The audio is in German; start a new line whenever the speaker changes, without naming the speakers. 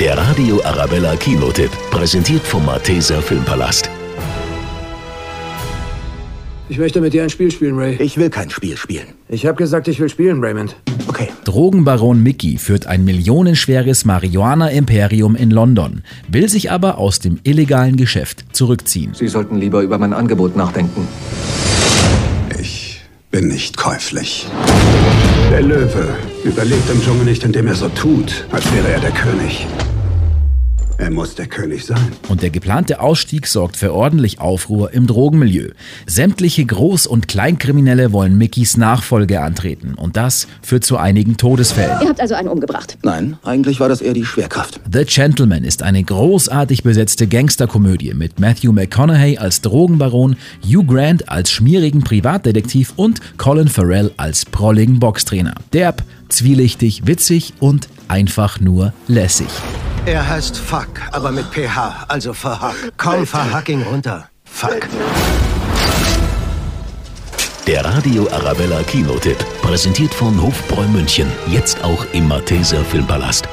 Der Radio Arabella Kinotipp, präsentiert vom Malteser Filmpalast.
Ich möchte mit dir ein Spiel spielen, Ray.
Ich will kein Spiel spielen.
Ich habe gesagt, ich will spielen, Raymond.
Okay.
Drogenbaron Mickey führt ein millionenschweres Marihuana-Imperium in London, will sich aber aus dem illegalen Geschäft zurückziehen.
Sie sollten lieber über mein Angebot nachdenken.
Ich bin nicht käuflich. Der Löwe überlebt im Dschungel nicht, indem er so tut, als wäre er der König. Er muss der König sein.
Und der geplante Ausstieg sorgt für ordentlich Aufruhr im Drogenmilieu. Sämtliche Groß- und Kleinkriminelle wollen Mickeys Nachfolge antreten und das führt zu einigen Todesfällen.
Ihr habt also einen umgebracht.
Nein, eigentlich war das eher die Schwerkraft.
The Gentleman ist eine großartig besetzte Gangsterkomödie mit Matthew McConaughey als Drogenbaron, Hugh Grant als schmierigen Privatdetektiv und Colin Farrell als prolligen Boxtrainer. Derb, zwielichtig, witzig und einfach nur lässig.
Er heißt Fuck, aber mit PH, also Verhack. Komm, Verhacking runter. Fuck.
Der Radio Arabella Kinotipp, präsentiert von Hofbräu München, jetzt auch im Malteser Filmpalast.